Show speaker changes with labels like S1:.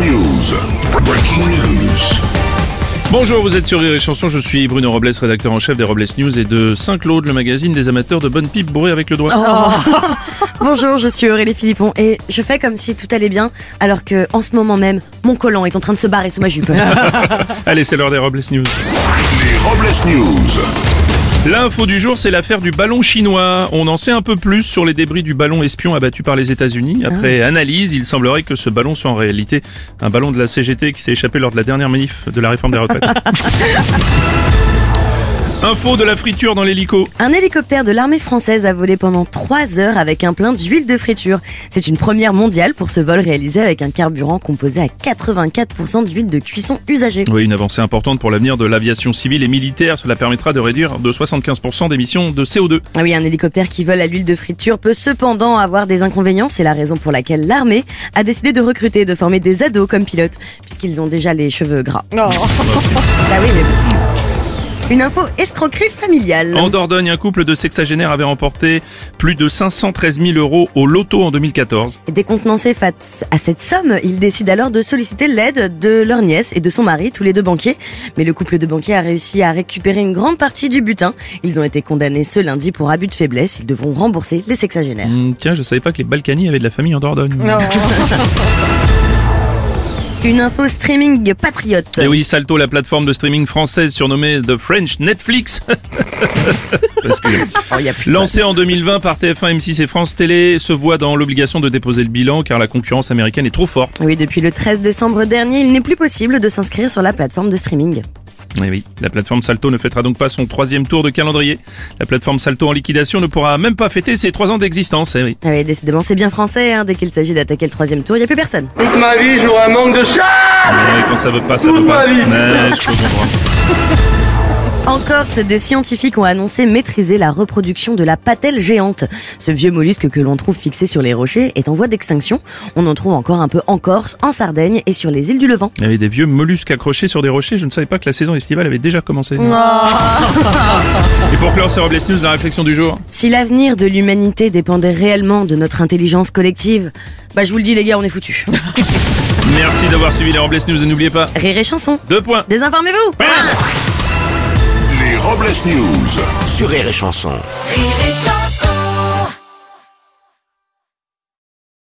S1: News. Breaking news.
S2: Bonjour, vous êtes sur Rire et Chanson, je suis Bruno Robles, rédacteur en chef des Robles News et de Saint-Claude, le magazine des amateurs de bonnes pipes bourrées avec le doigt.
S3: Oh. Bonjour, je suis Aurélie Philippon et je fais comme si tout allait bien alors que en ce moment même, mon collant est en train de se barrer sous ma jupe.
S2: Allez, c'est l'heure des Robles News.
S1: Les Robles News.
S2: L'info du jour, c'est l'affaire du ballon chinois. On en sait un peu plus sur les débris du ballon espion abattu par les États-Unis. Après analyse, il semblerait que ce ballon soit en réalité un ballon de la CGT qui s'est échappé lors de la dernière manif de la réforme des retraites. Info de la friture dans l'hélico.
S3: Un hélicoptère de l'armée française a volé pendant 3 heures avec un plein d'huile de friture. C'est une première mondiale pour ce vol réalisé avec un carburant composé à 84% d'huile de cuisson usagée.
S2: Oui, une avancée importante pour l'avenir de l'aviation civile et militaire. Cela permettra de réduire de 75% d'émissions de CO2.
S3: Ah oui, un hélicoptère qui vole à l'huile de friture peut cependant avoir des inconvénients. C'est la raison pour laquelle l'armée a décidé de recruter et de former des ados comme pilotes, puisqu'ils ont déjà les cheveux gras. Non. bah oui, mais bon. Une info escroquerie familiale.
S2: En Dordogne, un couple de sexagénaires avait remporté plus de 513 000 euros au loto en 2014.
S3: Décontenancés face à cette somme, ils décident alors de solliciter l'aide de leur nièce et de son mari, tous les deux banquiers. Mais le couple de banquiers a réussi à récupérer une grande partie du butin. Ils ont été condamnés ce lundi pour abus de faiblesse. Ils devront rembourser les sexagénaires.
S2: Hmm, tiens, je savais pas que les Balkany avaient de la famille en Dordogne.
S3: Une info streaming patriote.
S2: Et oui, Salto, la plateforme de streaming française surnommée The French Netflix,
S3: Oh, y a plus de
S2: lancée en 2020 par TF1, M6 et France Télé, se voit dans l'obligation de déposer le bilan car la concurrence américaine est trop forte.
S3: Oui, depuis le 13 décembre dernier, il n'est plus possible de s'inscrire sur la plateforme de streaming.
S2: Et Eh oui, la plateforme Salto ne fêtera donc pas son troisième tour de calendrier. La plateforme Salto en liquidation ne pourra même pas fêter ses trois ans d'existence. Eh oui.
S3: Ah oui, décidément, c'est bien français. hein. Dès qu'il s'agit d'attaquer le troisième tour, il n'y a plus personne.
S4: Toute ma vie, j'aurais un manque de chat
S2: Mais Eh quand ça veut pas, ça veut
S4: Toute
S2: pas.
S4: ma vie.
S2: Ouais, je peux comprendre.
S3: En Corse, des scientifiques ont annoncé maîtriser la reproduction de la patelle géante. Ce vieux mollusque que l'on trouve fixé sur les rochers est en voie d'extinction. On en trouve encore un peu en Corse, en Sardaigne et sur les îles du Levant.
S2: Il y avait des vieux mollusques accrochés sur des rochers. Je ne savais pas que la saison estivale avait déjà commencé. Et pour clore ce Robles News, la réflexion du jour.
S3: Si l'avenir de l'humanité dépendait réellement de notre intelligence collective, bah je vous le dis les gars, on est foutus.
S2: Merci d'avoir suivi les Robles News et n'oubliez pas,
S3: Rire et chanson.
S2: deux points.
S3: Désinformez-vous
S1: Les Robles News.
S5: sur Rire et Chanson.
S6: Rire et chanson.